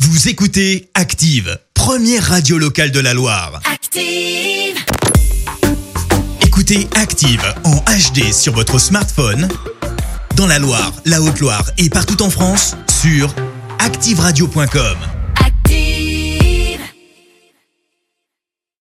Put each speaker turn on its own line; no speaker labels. Vous écoutez Active, première radio locale de la Loire.
Active.
Écoutez Active en HD sur votre smartphone, dans la Loire, la Haute-Loire et partout en France, sur activeradio.com.